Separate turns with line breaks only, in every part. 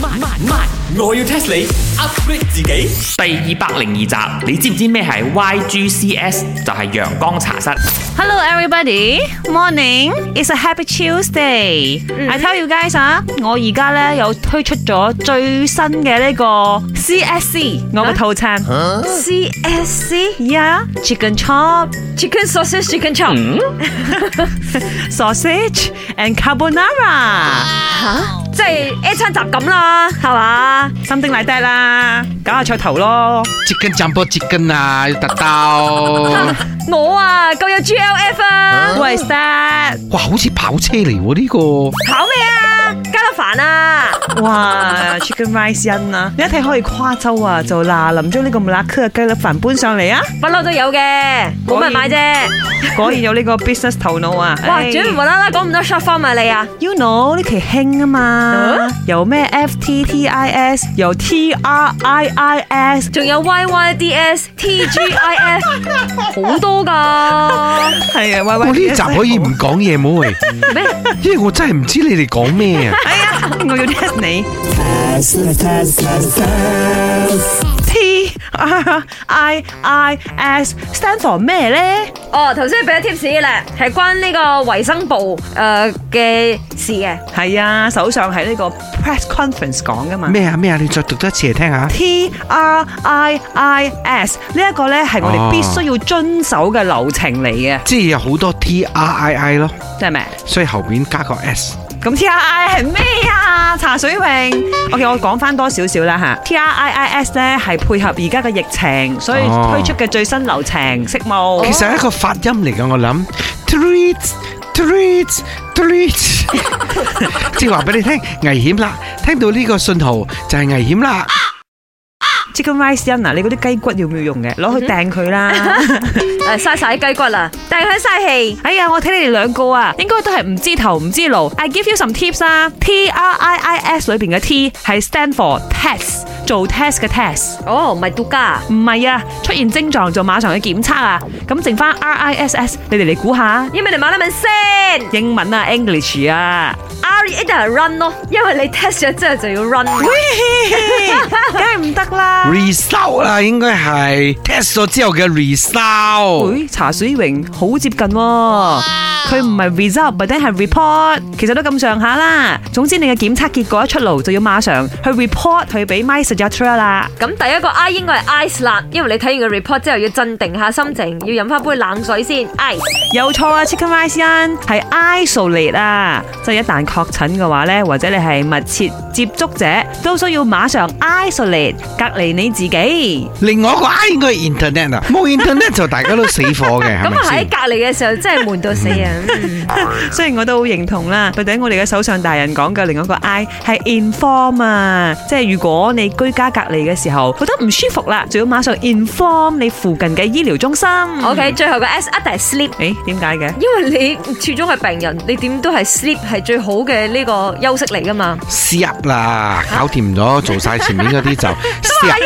慢慢慢，我要 test 你 upgrade 自己。
第二百零二集，你知唔知咩係 YGCS？就係陽光茶室。
Hello, everybody. Morning. It's a happy Tuesday. I tell you guys 啊，我而家咧有推出咗最新嘅呢個 CSC 我嘅套餐
CSC
，yeah chicken chop
chicken sausage chicken chop，
sausage and carbonara
即係 A 餐集咁啦，係嘛？
something like that 啦，搞下菜頭咯。
chicken jumbo chicken 啊，要特 兜，
我啊夠有 GLF 啊，
What is that？
哇，好似跑車嚟喎呢個，
考咩啊？加粒飯啊，
哇，chicken rice 因啊，你一睇可以跨州啊，就嗱臨將呢個馬拉克嘅雞粒飯搬上嚟啊！
不嬲都有嘅，冇咪買啫。
果然有呢個 business 頭腦啊！
哇，
唉
轉唔無啦啦講咁多 short form à. 啊你啊，
You know 呢期興啊嘛，有咩 FTTIS，又 TRIIS，
仲有 YYDS、TGIF 好多㗎，
係啊，喂
我
喂，
呢集可以唔
真係
講嘢冇喂，
咩？
因為我真係唔知你哋講 咩啊。
好？哎我要 test 你。T R I I S stand for 咩咧？
哦，頭先俾咗 tips 啦，係關呢個衞生部誒嘅事嘅。
係啊，首相喺呢個 press conference 講噶嘛。
咩啊咩啊，你再讀多一次嚟聽下。
T R I I S 呢一個咧係我
啊
哋必須要遵守嘅流程嚟嘅，
即係有好多 T R I I 咯，
即係咩？
所以後面加個 S。
咁 T R I 係咩啊？茶水榮，OK，我講翻多少少啦吓。T R I I S 咧係配合而家嘅疫情，所以
哦
推出嘅最新流程，識冇？
其實係一個發音嚟嘅，我諗 treats treats treats，即係話俾你聽危險啦，聽到呢個信號就係危險啦。
啊 chicken rice 因啊，你嗰啲雞骨要唔要用嘅？攞去掟佢啦！
诶，嘥晒啲雞骨啦，但係佢嘥氣。
哎呀，我睇你哋兩個啊，應該都係唔知頭唔知路。I give you some tips 啊，T R I I S 裏邊嘅 T 係 stand for test，做 test 嘅 test。
哦，唔係獨家，
唔係啊，出現症狀就馬上去檢測啊。咁剩翻 R I S S，你哋嚟估下。
因為你馬拉文先
英文啊，English 啊，
，R E 就係 run 咯，因為你 test 咗之後就要 run。
梗係唔得啦。
result 啦，應該係 test 咗之後嘅 result。
喂，茶水榮好接近喎、佢唔係 result，but then 係 report，其實都咁上下啦。總之你嘅檢測結果一出爐，就要馬上去 report 去俾 my s e g t u r 啦。
咁第一個 I 應該係 ice 啦，因為你睇完個 report 之後要鎮定下心情，要飲翻杯冷水先。ice
有錯啊，Chicken Rice 因係 isolate 啊，即係一旦確診嘅話呢，或者你係密切接觸者，都需要馬上 isolate 隔離你自己。
另外一個 I 應該係 internet 啊，冇 internet 就大家都死火 嘅，係
咁
咪
啊喺
先？
隔離嘅時候真係悶到死啊！ 嗯
雖然我都好認同啦，或者我哋嘅首相大人講嘅另外一個 I 係 inform 啊，即係如果你居家隔離嘅時候覺得唔舒服啦，就要馬上 inform 你附近嘅醫療中心。
OK，最後個 S 一定係 sleep。
誒點解嘅？
因為你始終係病人，你點都係 sleep 係最好嘅呢個休息嚟噶嘛。
私入啦，搞掂咗，做晒前面嗰啲就
啊
私
錯
入。
啊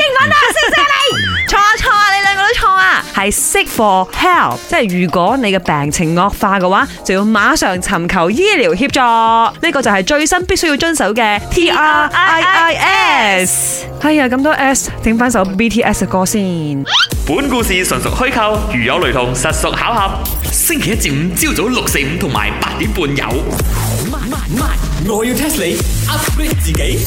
錯啊！你兩個都錯啊！係 seek for help，即係如果你嘅病情惡化嘅話，就要馬上尋求醫療協助。呢、個就係最新必須要遵守嘅 T R I I S。哎呀，咁多 S，整翻首 B T S 嘅歌先。
本故事純屬虛構，如有雷同，實屬巧合。星期一至五朝早六四五同埋八點半有。
慢慢慢，我要 test 你 upgrade 自己。